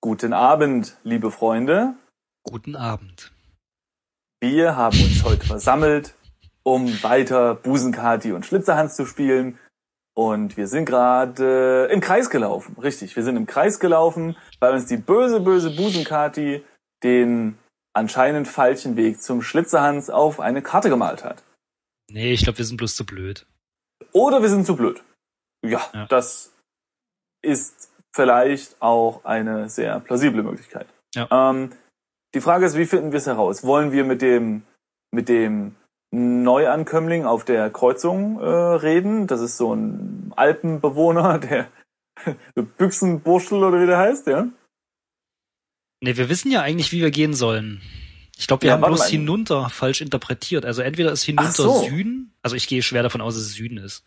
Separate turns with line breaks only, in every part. Guten Abend, liebe Freunde.
Guten Abend.
Wir haben uns heute versammelt, um weiter Busenkati und Schlitzerhans zu spielen. Und wir sind gerade äh, im Kreis gelaufen. Richtig, wir sind im Kreis gelaufen, weil uns die böse, böse Busenkati den anscheinend falschen Weg zum Schlitzerhans auf eine Karte gemalt hat.
Nee, ich glaube, wir sind bloß zu blöd.
Oder wir sind zu blöd. Ja,
Ja.
das ist vielleicht auch eine sehr plausible Möglichkeit.
Ja.
Ähm, die Frage ist, wie finden wir es heraus? Wollen wir mit dem, mit dem Neuankömmling auf der Kreuzung äh, reden? Das ist so ein Alpenbewohner, der Büchsenburschel oder wie der heißt, ja?
Nee, wir wissen ja eigentlich, wie wir gehen sollen. Ich glaube, wir
Ja,
haben
warte
bloß
mal.
hinunter falsch interpretiert. Also entweder ist hinunter
Ach so.
Süden, also ich gehe schwer davon aus, dass es Süden ist.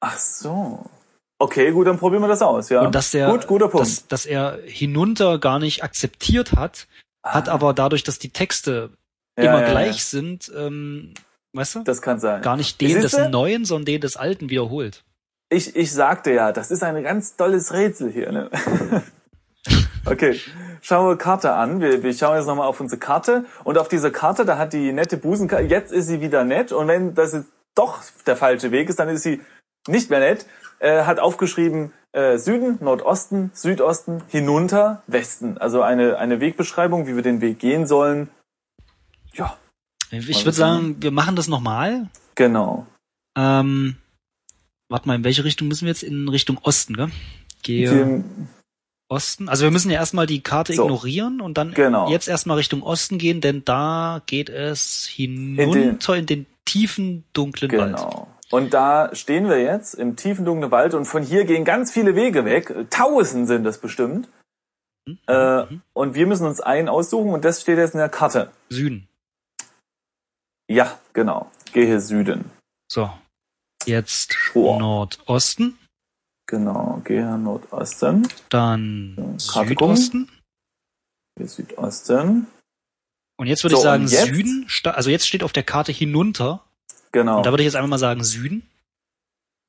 Ach so. Okay, gut, dann probieren wir das aus, ja.
Und dass der,
gut, guter Punkt.
Dass, dass er hinunter gar nicht akzeptiert hat, hat
Ah,
aber dadurch, dass die Texte
ja,
immer
ja,
gleich
Ja.
sind, ähm, weißt du,
Das kann sein.
gar nicht den des
Siehste?
Neuen, sondern den des Alten wiederholt.
Ich, ich sagte ja, das ist ein ganz tolles Rätsel hier. Ne? okay, schauen wir Karte an. Wir, wir schauen jetzt nochmal auf unsere Karte. Und auf dieser Karte, da hat die nette Busenkarte, jetzt ist sie wieder nett. Und wenn das jetzt doch der falsche Weg ist, dann ist sie nicht mehr nett. Äh, hat aufgeschrieben äh, Süden, Nordosten, Südosten, hinunter, Westen. Also eine, eine Wegbeschreibung, wie wir den Weg gehen sollen. Ja,
Ich
Also-
würde sagen, wir machen das nochmal.
genau.
Ähm, warte mal, in welche Richtung müssen wir jetzt? In Richtung Osten, gell? Gehe
Wir-
Osten. Also wir müssen ja erstmal die Karte
So.
ignorieren und dann
Genau.
jetzt erstmal Richtung Osten gehen, denn da geht es hinunter in den, tiefen, dunklen Wald.
Genau. Und da stehen wir jetzt im tiefen dunklen Wald und von hier gehen ganz viele Wege weg. Tausend sind das bestimmt.
Mhm.
Äh,
Mhm.
und wir müssen uns einen aussuchen und das steht jetzt in der Karte.
Süden.
Ja, genau. Gehe Süden.
So. Jetzt
Boah.
Nordosten,
Genau. Gehe Nordosten.
dann
So, Karte gucken.
Südosten.
Gehe Südosten.
Und jetzt würde
So,
ich sagen
und jetzt?
Süden. sta- Also jetzt steht auf der Karte hinunter.
Genau.
Und da würde ich jetzt einfach mal sagen Süden.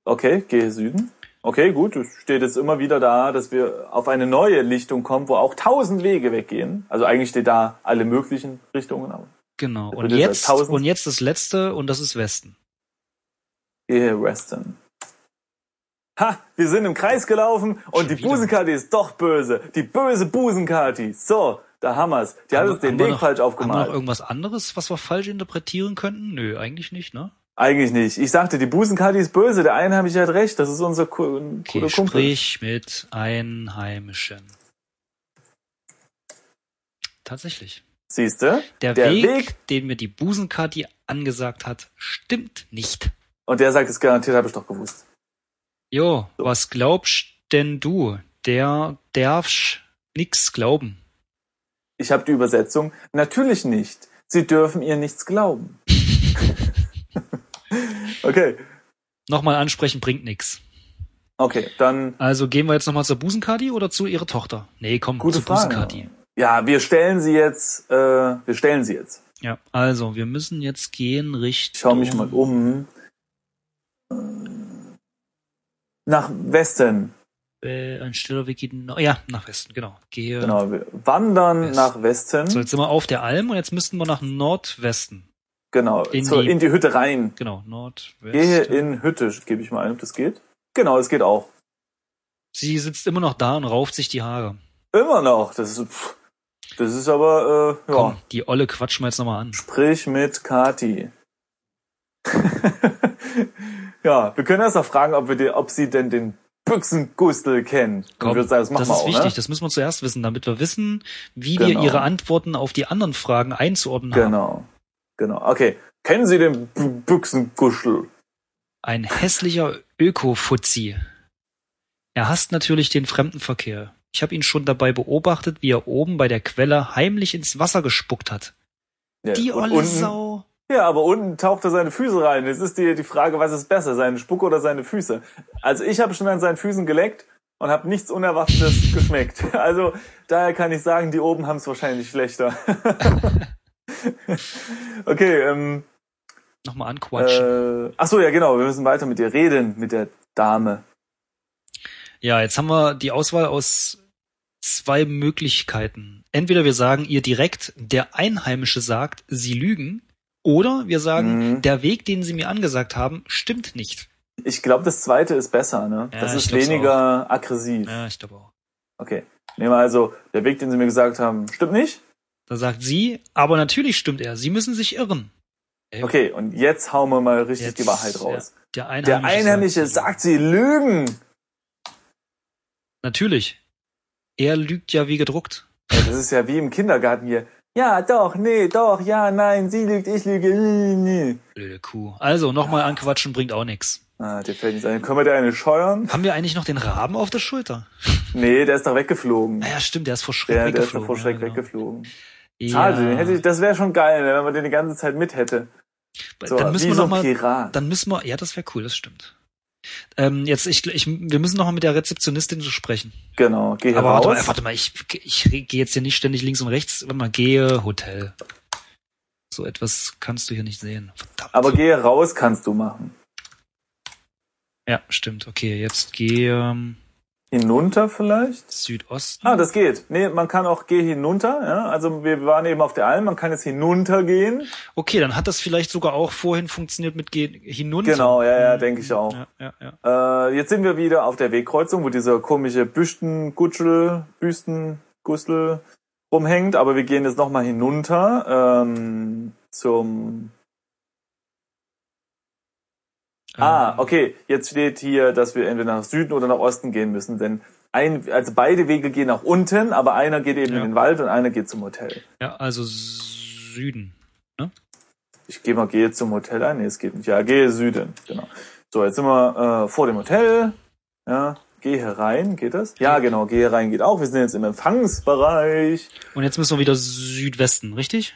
Okay, gehe Süden. Okay, gut. Es steht jetzt immer wieder da, dass wir auf eine neue Lichtung kommen, wo auch tausend Wege weggehen. Also eigentlich steht da alle möglichen Richtungen. aber
Genau.
Das
Und
würde ich
jetzt,
sagen, 1000.
und jetzt das letzte und das ist Westen.
Gehe Western. Ha, wir sind im Kreis gelaufen und
Schon
die
wieder.
Busenkati ist doch böse. Die böse Busenkati. So, da haben wir's. Die hat
Haben-
uns den
haben wir
Weg
noch-
falsch
Haben wir noch
aufgemalt.
irgendwas anderes, was wir falsch interpretieren könnten? Nö, eigentlich nicht, ne?
Eigentlich nicht. Ich sagte, die Busenkati ist böse. Der eine habe ich halt recht. Das ist unser Ku- guter Kumpel.
Gespräch mit Einheimischen. Tatsächlich.
Siehste?
Der,
Der
Weg,
Weg-
den mir die Busenkati angesagt hat, stimmt nicht.
Und der sagt es garantiert, habe ich doch gewusst.
Jo, was glaubst denn du? Der darfst nix glauben.
Ich habe die Übersetzung. Natürlich nicht. Sie dürfen ihr nichts glauben. okay,
Nochmal ansprechen bringt nix.
okay, dann
Also gehen wir jetzt nochmal zur Busenkati oder zu ihrer Tochter? Nee, komm,
Gute
zur
Frage.
Busenkati.
ja, wir stellen sie jetzt. Äh, wir stellen sie jetzt.
Ja, also wir müssen jetzt gehen Richtung...
Ich schaue mich mal um. Nach Westen.
Äh, ein stiller Weg geht... nach- Ja, nach Westen, genau. Gehe
Genau. wir Wandern
West.
nach Westen.
So, jetzt sind wir auf der Alm und jetzt müssten wir nach Nordwesten.
genau.
in
zur,
die-
in die Hütte rein.
Genau,
Gehe
Nordwesten.
in Hütte, gebe ich mal ein, ob das geht. Genau, das geht auch.
Sie sitzt immer noch da und rauft sich die Haare.
Immer noch. Das ist, pff, das ist aber, äh, ja.
Komm, die Olle quatschen wir jetzt nochmal an.
Sprich mit Kati. ja, wir können erst noch fragen, ob, wir die, ob sie denn den Büchsengustel kennt. Und
Komm,
ich würde sagen, das machen
das
wir
ist
auch,
wichtig,
ne?
das müssen wir zuerst wissen, damit wir wissen, wie wir
Genau.
ihre Antworten auf die anderen Fragen einzuordnen haben.
Genau. Genau. Okay. Kennen Sie den B- Büchsenguschel?
Ein hässlicher Öko-Fuzzi. Er hasst natürlich den Fremdenverkehr. Ich habe ihn schon dabei beobachtet, wie er oben bei der Quelle heimlich ins Wasser gespuckt hat.
Ja,
Die
und
olle
unten,
Sau.
Ja, aber unten taucht er seine Füße rein. Jetzt ist die, die Frage, was ist besser, seine Spucke oder seine Füße? Also ich habe schon an seinen Füßen geleckt und habe nichts Unerwartetes geschmeckt. Also daher kann ich sagen, die oben haben es wahrscheinlich schlechter. okay, ähm,
Nochmal anquatschen.
äh, ach so, ja genau, wir müssen weiter mit ihr reden, mit der Dame.
Ja, jetzt haben wir die Auswahl aus zwei Möglichkeiten. Entweder wir sagen ihr direkt, der Einheimische sagt, sie lügen, oder wir sagen,
Mhm.
der Weg, den sie mir angesagt haben, stimmt nicht.
Ich glaube, das zweite ist besser, ne?
Ja,
das
ich
ist
glaub's
weniger aggressiv.
Ja, ich glaube auch.
Okay. Nehmen wir also, der Weg, den sie mir gesagt haben, stimmt nicht.
Da sagt sie, aber natürlich stimmt er, sie müssen sich irren. Ja.
Okay, und jetzt hauen wir mal richtig
Jetzt,
die Wahrheit raus.
Der Einheimische,
Der Einheimische sagt, sie lügen.
Natürlich. Er lügt ja wie gedruckt.
Ja, das ist ja wie im Kindergarten hier. Ja, doch, nee, doch, ja, nein, sie lügt, ich lüge. Nee, nee.
Blöde Kuh. Also, nochmal anquatschen bringt auch nix.
Ah, der fällt nicht ein. Können wir dir eine scheuern?
Haben wir eigentlich noch den Raben auf der Schulter?
Nee, der ist doch weggeflogen.
Naja, stimmt, der ist vor Schreck
Der, der ist doch
weggeflogen.
vor Schreck
ja, genau.
weggeflogen.
Ja.
Schade, den hätte ich, das wäre schon geil, ne, wenn man den die ganze Zeit mit hätte. So,
dann müssen
wie
wir
so
noch
ein
mal,
Pirat.
dann müssen wir, ja, das wäre cool, das stimmt. Ähm, jetzt, ich, ich, wir müssen noch mal mit der Rezeptionistin so sprechen.
Genau, geh hier
Aber
raus.
warte mal, warte mal, ich, ich gehe jetzt hier nicht ständig links und rechts. Warte mal, gehe Hotel. So etwas kannst du hier nicht sehen. Verdammt.
Aber geh raus kannst du machen.
ja, stimmt. Okay, jetzt gehe ähm,
Hinunter vielleicht?
Südosten.
Ah, das geht. Nee, man kann auch geh hinunter. Ja? Also wir waren eben auf der Alm, man kann jetzt hinunter gehen.
Okay, dann hat das vielleicht sogar auch vorhin funktioniert mit gehen hinunter.
Genau, ja, ja,
Mhm.
denke ich auch.
Ja, ja, ja.
Äh, jetzt sind wir wieder auf der Wegkreuzung, wo dieser komische Büsten, Gutschel, Büsten, Gustel rumhängt. Aber wir gehen jetzt nochmal hinunter ähm, zum... Ah,
Ähm,
okay. Jetzt steht hier, dass wir entweder nach Süden oder nach Osten gehen müssen. Denn ein, also beide Wege gehen nach unten, aber einer geht eben
Ja.
in den Wald und einer geht zum Hotel.
Ja, also Süden.
Ich gehe mal, gehe zum Hotel ein. Nee, es geht nicht. Ja, gehe Süden. Genau. So, jetzt sind wir äh, vor dem Hotel. Ja, gehe herein. Geht das? Ja, genau. Gehe herein geht auch. Wir sind jetzt im Empfangsbereich.
Und jetzt müssen wir wieder Südwesten, richtig?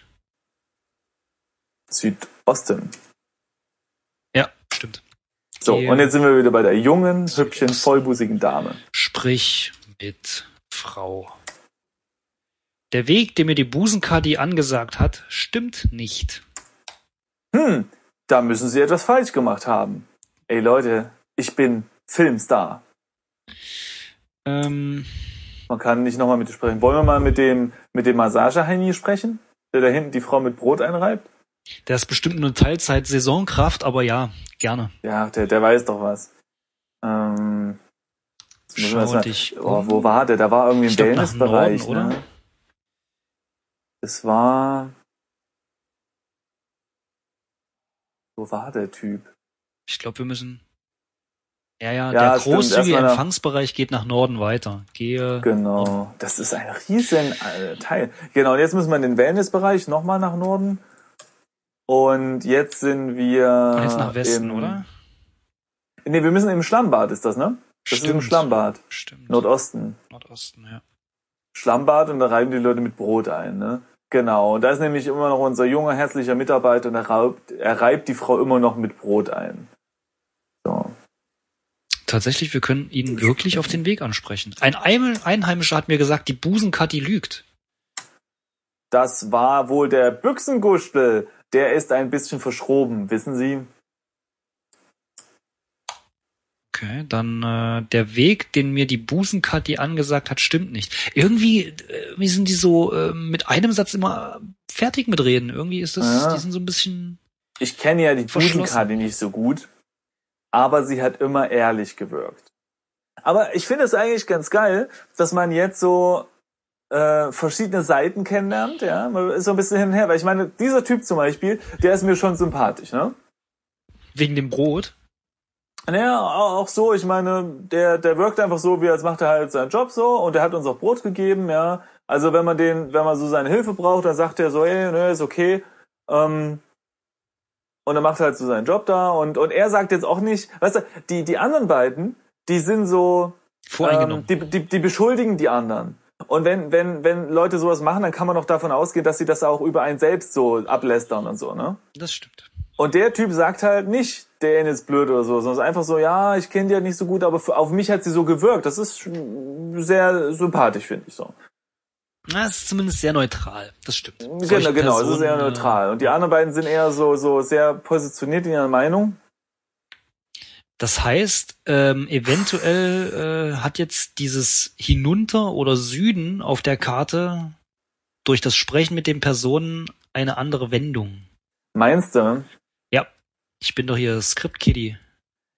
Südosten.
Ja, stimmt.
So,
Gehe-
und jetzt sind wir wieder bei der jungen, hübschen, vollbusigen Dame.
Sprich mit Frau. Der Weg, den mir die Busenkadi angesagt hat, stimmt nicht.
Hm, da müssen sie etwas falsch gemacht haben. Ey Leute, ich bin Filmstar.
Ähm,
Man kann nicht nochmal mit dir sprechen. Wollen wir mal mit dem, mit dem Massageheini sprechen? Der da hinten die Frau mit Brot einreibt?
der ist bestimmt nur Teilzeit-Saisonkraft, aber ja, gerne.
Ja, der, der weiß doch was. Ähm, jetzt müssen wir
Schau
erst mal-
dich.
oh,
um.
wo war der? Da war irgendwie
Ich
im
glaub, nach
Wellnessbereich,
Norden,
ne?
oder?
Das war. Wo war der Typ?
Ich glaube, wir müssen. Ja,
Ja,
ja, der
stimmt,
großzügige
erstmal nach-
Empfangsbereich geht nach Norden weiter. Gehe.
Genau. Das ist ein riesen äh, Teil. Genau, und jetzt müssen wir in den Wellnessbereich nochmal nach Norden. Und jetzt sind wir.
Und jetzt nach Westen,
Genau, im-
oder?
Nee, wir müssen im Schlammbad, ist das, ne? Das ist im Schlammbad.
Stimmt.
Nordosten.
Nordosten, ja.
Schlammbad und da reiben die Leute mit Brot ein, ne? Genau. Und da ist nämlich immer noch unser junger, herzlicher Mitarbeiter und er reibt, er reibt die Frau immer noch mit Brot ein. So.
Tatsächlich, wir können ihn wirklich auf den Weg ansprechen. Ein Eimel- Einheimischer hat mir gesagt, die Busenkatti lügt.
Das war wohl der Büchsengustel. Der ist ein bisschen verschroben, wissen Sie?
Okay, dann äh, der Weg, den mir die Busenkatti angesagt hat, stimmt nicht. Irgendwie, äh, irgendwie sind die so äh, mit einem Satz immer fertig mit reden. Irgendwie ist das,
Ja.
die sind so ein bisschen.
Ich kenne ja die
Verschlossen.
Dusenkarte nicht so gut, aber sie hat immer ehrlich gewirkt. Aber ich finde es eigentlich ganz geil, dass man jetzt so äh, verschiedene Seiten kennenlernt, ja, man ist so ein bisschen hin und her, weil ich meine, dieser Typ zum Beispiel, der ist mir schon sympathisch, ne?
Wegen dem Brot.
Naja, au- auch so, ich meine, der, der wirkt einfach so, wie als macht er halt seinen Job so und der hat uns auch Brot gegeben, ja. Also wenn man den, wenn man so seine Hilfe braucht, dann sagt er so, ey, ne, ist okay. Ähm, und dann macht er halt so seinen Job da und, und er sagt jetzt auch nicht, weißt du, die, die anderen beiden, die sind so, ähm,
Voreingenommen.
die, die, die beschuldigen die anderen. Und wenn, wenn, wenn Leute sowas machen, dann kann man auch davon ausgehen, dass sie das auch über einen selbst so ablästern und so, ne?
das stimmt.
Und der Typ sagt halt nicht, der N ist blöd oder so, sondern einfach so, ja, ich kenne die halt nicht so gut, aber für, auf mich hat sie so gewirkt. Das ist schon sehr sympathisch, finde ich so.
Na, es ist zumindest sehr neutral. Das stimmt.
Genau,
Solche
genau, es ist
Personen,
eher
äh,
neutral. Und die anderen beiden sind eher so, so sehr positioniert in ihrer Meinung.
Das heißt, ähm, eventuell äh, hat jetzt dieses Hinunter oder Süden auf der Karte durch das Sprechen mit den Personen eine andere Wendung.
Meinst du?
Ja, ich bin doch hier Script-Kitty.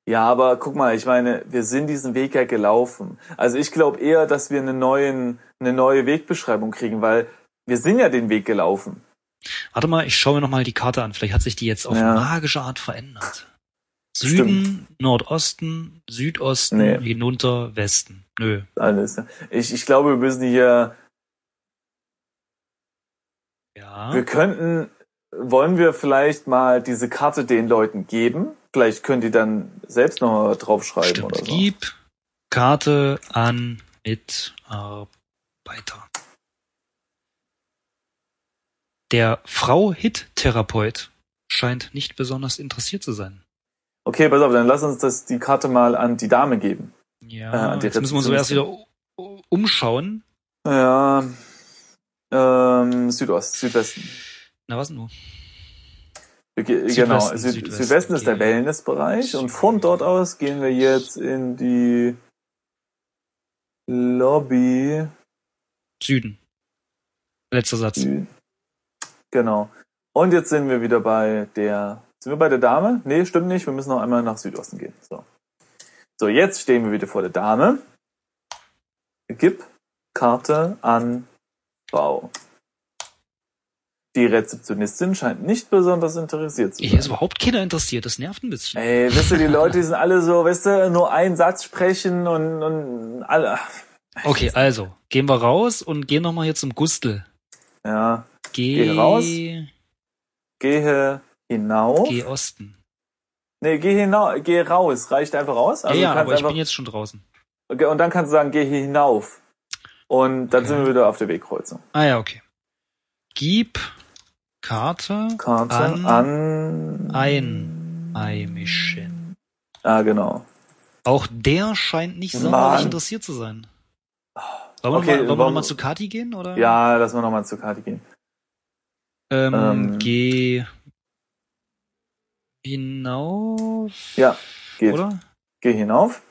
Ja, aber guck mal, ich meine, wir sind diesen Weg ja gelaufen. Also ich glaube eher, dass wir eine, neuen, eine neue Wegbeschreibung kriegen, weil wir sind ja den Weg gelaufen.
Warte mal, ich schaue mir nochmal die Karte an. Vielleicht hat sich die jetzt auf
Ja.
magische Art verändert. Süden, Nordosten, Südosten,
Nee.
hinunter, Westen. Nö.
Alles. ne? Ich, ich glaube, wir müssen hier,
Ja.
wir könnten, wollen wir vielleicht mal diese Karte den Leuten geben? Vielleicht können die dann selbst nochmal draufschreiben
Stimmt.
oder so.
Gib Karte an Mitarbeiter. Der Frau-Hit-Therapeut scheint nicht besonders interessiert zu sein.
Okay, pass auf, dann lass uns das, die Karte mal an die Dame geben. Ah,
Ja,
die
jetzt müssen wir uns aber erst wieder
Rezeptionistin.
u- umschauen.
Ja, ähm, Südost, Südwesten.
Na, was denn nur?
Ge-
Südwesten,
genau, Süd
Südwesten,
Südwesten, ist der
okay.
Wellnessbereich und von dort aus gehen wir jetzt in die Lobby.
Süden. Letzter Satz.
Mhm. Genau. Und jetzt sind wir wieder bei der. Sind wir bei der Dame? Nee, stimmt nicht. Wir müssen noch einmal nach Südosten gehen. So. So, jetzt stehen wir wieder vor der Dame. Gib Karte an Frau. Die Rezeptionistin scheint nicht besonders interessiert zu sein.
Hier ist überhaupt keiner interessiert. Das nervt ein bisschen.
Ey, wisst ihr, die Leute, die sind alle so, weißt du, nur einen Satz sprechen und, und alle.
Okay, also gehen wir raus und gehen nochmal hier zum Gustl.
Ja,
Geh,
Geh raus. gehe hinauf.
Geh Osten.
nee, geh hinauf, geh raus. Reicht einfach raus.
ja, ja,
Also du kannst
aber ich
einfach,
bin jetzt schon draußen.
okay, und dann kannst du sagen, geh hinauf. Und dann
Okay.
sind wir wieder auf der Wegkreuzung.
Ah ja, okay. Gib Karte
Karte
An-
an,
ein Eimischen.
Ah, genau.
Auch der scheint nicht
Mann.
sonderlich interessiert zu sein. Wollen wir
Okay,
nochmal noch
warum-
mal zu Kati gehen, oder?
Ja, lass mal nochmal zur Karte gehen.
Ähm,
ähm.
Geh hinauf,
Ja, geht.
oder?
Geh hinauf.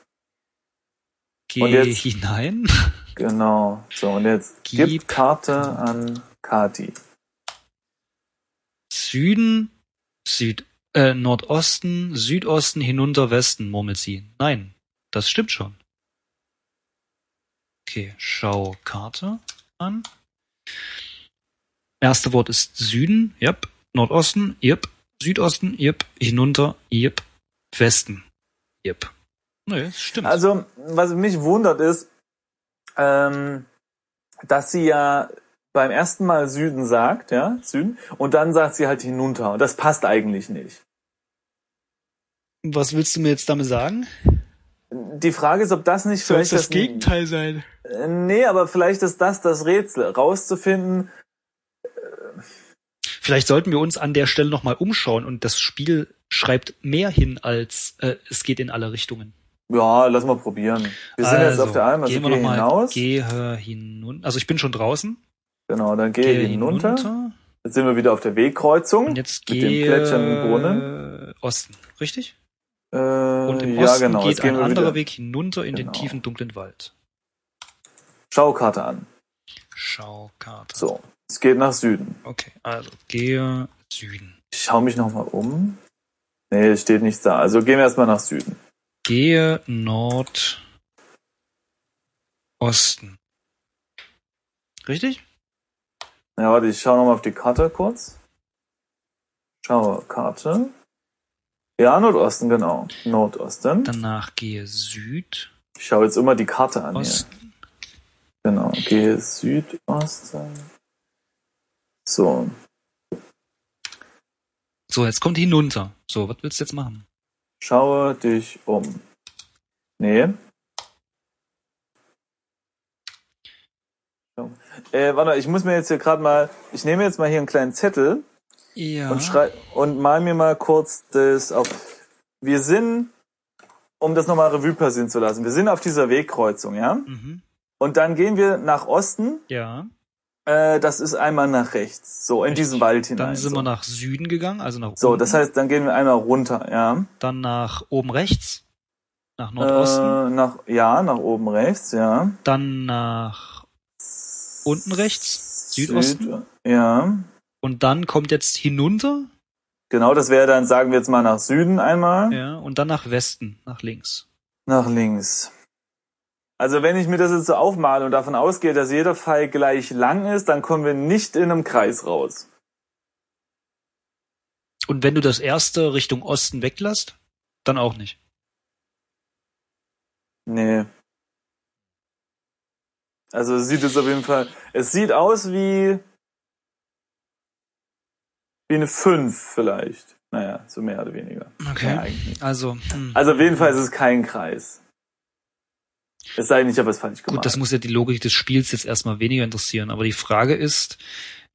Geh
Und jetzt-
hinein.
Genau. So, und jetzt
Gib
gib, Karte an Kati.
Süden, Süd, äh, Nordosten, Südosten, hinunter, Westen, murmelt sie. Nein, das stimmt schon. Okay, schau Karte an. Erste Wort ist Süden, yep. Nordosten, yep. Südosten, yep. Hinunter, yep. Westen, yep. Nö, das stimmt.
Also, was mich wundert ist, ähm, dass sie ja beim ersten Mal Süden sagt, ja, Süden, und dann sagt sie halt hinunter. Und das passt eigentlich nicht.
was willst du mir jetzt damit sagen?
Die Frage ist, ob das nicht vielleicht
sein?
Äh, Nee, aber vielleicht ist das das Rätsel, rauszufinden.
Vielleicht sollten wir uns an der Stelle nochmal umschauen und das Spiel schreibt mehr hin als äh, es geht in alle Richtungen.
Ja, lass mal probieren. Wir sind jetzt
Also,
auf der Alm, also
gehen
geh
wir noch mal-
hinaus.
Gehe hinunter. Also ich bin schon draußen.
genau, dann geh,
Gehe
hinunter. Jetzt sind wir wieder auf der Wegkreuzung.
Und jetzt
Mit
gehe
dem Plätschernbrunnen.
äh, Osten, richtig?
Äh,
Und im
ja,
Osten
genau.
geht
jetzt gehen
ein
wir
anderer
wieder.
Weg hinunter in den
Genau.
tiefen, dunklen Wald.
Schaukarte an.
Schaukarte.
So, es geht nach Süden.
Okay, also gehe Süden.
Ich schau mich nochmal um. Nee, es steht nichts da. Also gehen wir erstmal nach Süden.
Gehe Nordosten. Richtig?
Ja, warte, ich schau nochmal auf die Karte kurz. Schau, Karte. Ja, Nordosten, genau. Nordosten.
Danach gehe Süd.
Ich schau jetzt immer die Karte an hier.
Osten.
Genau, gehe Südosten. So,
So, jetzt kommt hinunter. So, was willst du jetzt machen?
schaue dich um. Nee. So. Äh, warte, ich muss mir jetzt hier gerade mal, ich nehme jetzt mal hier einen kleinen Zettel
Ja.
und schrei und mal mir mal kurz das auf. Wir sind, um das nochmal Revue passieren zu lassen, wir sind auf dieser Wegkreuzung, ja?
Mhm.
Und dann gehen wir nach Osten,
Ja.
äh, das ist einmal nach rechts, so in
Richtig.
diesen Wald hinein.
Dann sind
so.
wir nach Süden gegangen, also nach
so,
oben,
das heißt, dann gehen wir einmal runter, ja?
dann nach oben rechts Nach Nordosten,
Äh, nach, ja, nach oben rechts, ja.
dann nach unten rechts, Südosten.
Süd, ja.
Und dann kommt jetzt hinunter,
Genau, das wäre dann, sagen wir jetzt mal, nach Süden einmal.
ja, und dann nach Westen, nach links.
Nach links. Also wenn ich mir das jetzt so aufmale und davon ausgehe, dass jeder Pfeil gleich lang ist, dann kommen wir nicht in einem Kreis raus.
Und wenn du das erste Richtung Osten weglässt, dann auch nicht.
Nee. Also es sieht jetzt auf jeden Fall. Es sieht aus wie. wie eine 5 vielleicht. Naja, so mehr oder weniger. Ja,
Okay.
eigentlich nicht.
Also, hm.
also auf jeden Fall ist es kein Kreis. Es sei denn, ich habe es falsch gemacht.
Gut, das muss ja die Logik des Spiels jetzt erstmal weniger interessieren. Aber die Frage ist,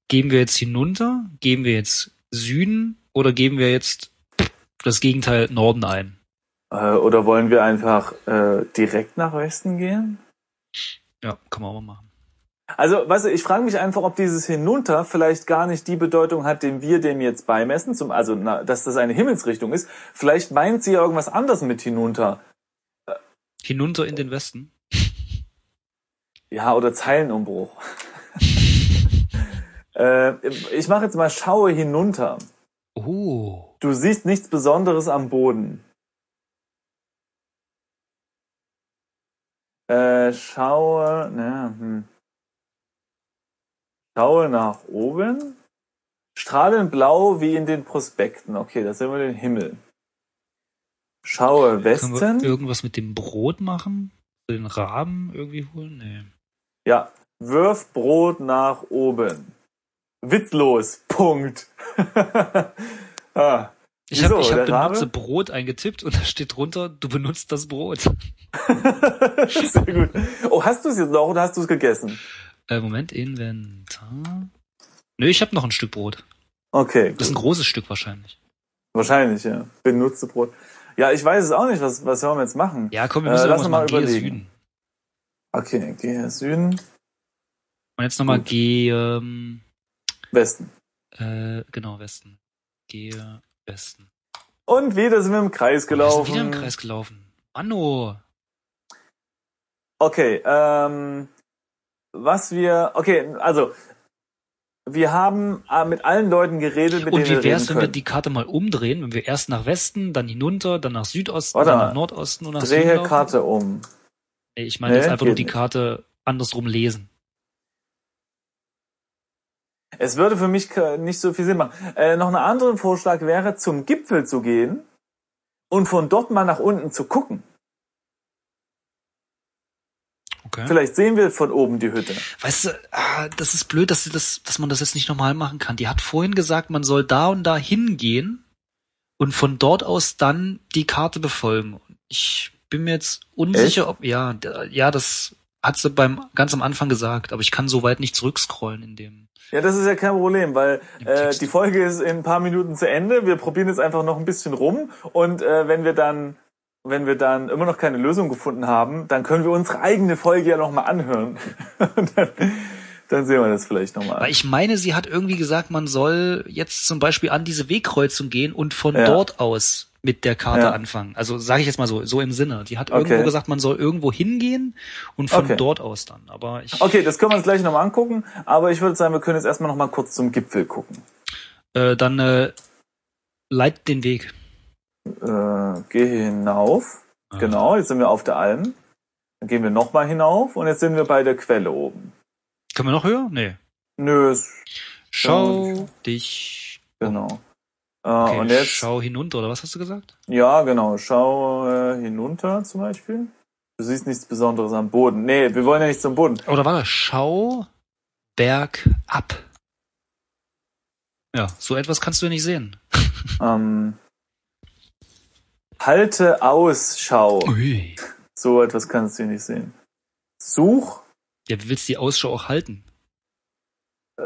gehen wir jetzt hinunter, gehen wir jetzt Süden oder geben wir jetzt das Gegenteil Norden ein?
äh, oder wollen wir einfach äh, direkt nach Westen gehen?
Ja, kann man auch mal machen.
Also, weißt du, ich frage mich einfach, ob dieses hinunter vielleicht gar nicht die Bedeutung hat, den wir dem jetzt beimessen, zum, also na, dass das eine Himmelsrichtung ist. Vielleicht meint sie ja irgendwas anderes mit hinunter.
Hinunter in den Westen?
Ja, oder Zeilenumbruch. äh, ich mache jetzt mal Schaue hinunter.
Oh,
Du siehst nichts Besonderes am Boden. Äh, schaue, na, hm. Schaue nach oben. Strahlend blau wie in den Prospekten. Okay, da sehen wir den Himmel. Schaue
können wir
Westen.
irgendwas mit dem Brot machen? Den Raben irgendwie holen? Nee.
Ja. Wirf Brot nach oben. Witzlos. Punkt. ah.
Ich habe
Wieso,
ich hab
der Rabe?
benutze Brot eingetippt und da steht drunter, du benutzt das Brot.
Sehr gut. Oh, hast du es jetzt noch oder hast du es gegessen?
Äh, Moment, Inventar. Nö, ich habe noch ein Stück Brot.
Okay.
Das ist ein großes Stück wahrscheinlich.
Wahrscheinlich, ja. Benutzte Brot. Ja, ich weiß es auch nicht, was, was sollen wir jetzt machen?
Ja, komm, wir
Äh,
müssen
lass
irgendwas
uns mal
machen. Gehe
überlegen.
Süden.
Okay, gehe Süden,
Und jetzt nochmal
Gut.
geh, ähm,
Westen.
äh, genau, Westen. Gehe Westen.
Und wieder sind wir im Kreis
Oh, wir
gelaufen.
sind wieder im Kreis gelaufen. oh. Anno.
Okay, ähm, was wir, okay, also, wir haben äh, mit allen Leuten geredet, mit
Und
denen
wie
wir
wär's,
reden
wenn wir
können.
die Karte mal umdrehen? Wenn wir erst nach Westen, dann hinunter, dann nach Südosten,
Warte
dann
mal.
nach Nordosten und nach
Dreh
Süden
hier
laufen?
Karte um.
Nee, ich meine
Nee,
jetzt einfach nur
geht
die
nicht.
Karte andersrum lesen.
Es würde für mich ke- nicht so viel Sinn machen. Äh, noch ein anderer Vorschlag wäre, zum Gipfel zu gehen und von dort mal nach unten zu gucken.
Okay.
Vielleicht sehen wir von oben die Hütte.
Weißt du, ah, das ist blöd, dass, sie das, dass man das jetzt nicht nochmal machen kann. Die hat vorhin gesagt, man soll da und da hingehen und von dort aus dann die Karte befolgen. Ich bin mir jetzt unsicher, ob, ja, d- ja, das hat sie beim, ganz am Anfang gesagt, aber ich kann so weit nicht zurückscrollen in dem.
Ja, das ist ja kein Problem, weil
Im
äh,
Text.
die Folge ist in ein paar Minuten zu Ende. Wir probieren jetzt einfach noch ein bisschen rum und äh, wenn wir dann wenn wir dann immer noch keine Lösung gefunden haben, dann können wir unsere eigene Folge ja nochmal anhören. und dann, dann sehen wir das vielleicht
Weil
nochmal.
ich meine, sie hat irgendwie gesagt, man soll jetzt zum Beispiel an diese Wegkreuzung gehen und von
Ja.
dort aus mit der Karte
Ja.
anfangen. Also sage ich jetzt mal so, so im Sinne. Die hat
Okay.
irgendwo gesagt, man soll irgendwo hingehen und von
Okay.
dort aus dann. Aber ich,
Okay, das können wir uns gleich nochmal angucken, aber ich würde sagen, wir können jetzt erstmal nochmal kurz zum Gipfel gucken.
äh, dann äh, leitet den Weg.
Äh, geh hier hinauf.
Ah.
Genau, jetzt sind wir auf der Alm. Dann gehen wir nochmal hinauf und jetzt sind wir bei der Quelle oben.
Können wir noch höher? Nee.
Nö, ist,
Schau dich.
genau. Äh,
Oh. Okay,
und jetzt
schau hinunter, oder was hast du gesagt?
Ja, genau. Schau äh, hinunter zum Beispiel. Du siehst nichts Besonderes am Boden. Nee, wir wollen ja nicht zum Boden.
Oder war das? Schau Berg ab. Ja, so etwas kannst du ja nicht sehen.
Ähm, halte Ausschau.
Ui.
So etwas kannst du nicht sehen. Such.
Ja, wie willst du die Ausschau auch halten?
Ich,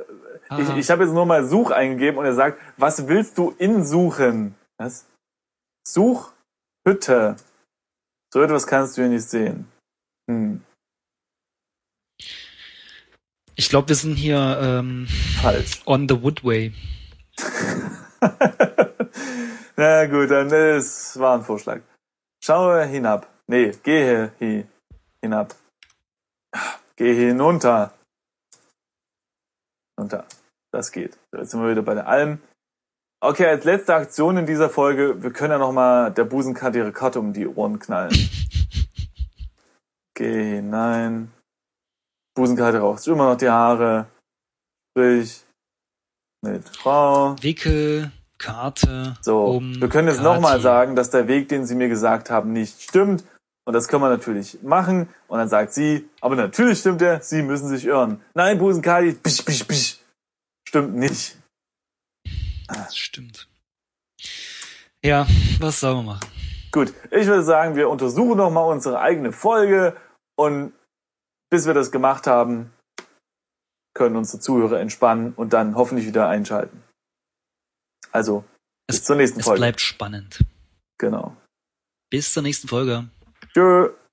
Ah,
Äh, ich habe jetzt nur mal Such eingegeben und er sagt, was willst du in Suchen? Was? Such Hütte. So etwas kannst du hier nicht sehen. Hm,
ich glaube, wir sind hier ähm,
falsch.
on the Woodway.
Na gut, dann ist, war ein Vorschlag. Schaue hinab. Nee, gehe hi, hinab. Gehe hinunter. Hinunter. Das geht. So, Jetzt sind wir wieder bei der Alm. Okay, als letzte Aktion in dieser Folge, wir können ja nochmal der Busenkarte ihre Karte um die Ohren knallen. Geh hinein. Busenkarte rauchst immer noch die Haare. Sprich mit Frau.
Wickel, Karte.
So,
um
wir können jetzt
Kati.
nochmal sagen, dass der Weg, den sie mir gesagt haben, nicht stimmt. Und das können wir natürlich machen. Und dann sagt sie, aber natürlich stimmt er, sie müssen sich irren. Nein, Busenkadi, bisch, bisch, bisch. Stimmt nicht.
Das stimmt. Ja, was soll man machen?
Gut, ich würde sagen, wir untersuchen nochmal unsere eigene Folge. Und bis wir das gemacht haben, können unsere Zuhörer entspannen und dann hoffentlich wieder einschalten. Also, bis
Es-
zur nächsten
Es
Folge.
bleibt spannend.
Genau.
Bis zur nächsten Folge.
Tschö.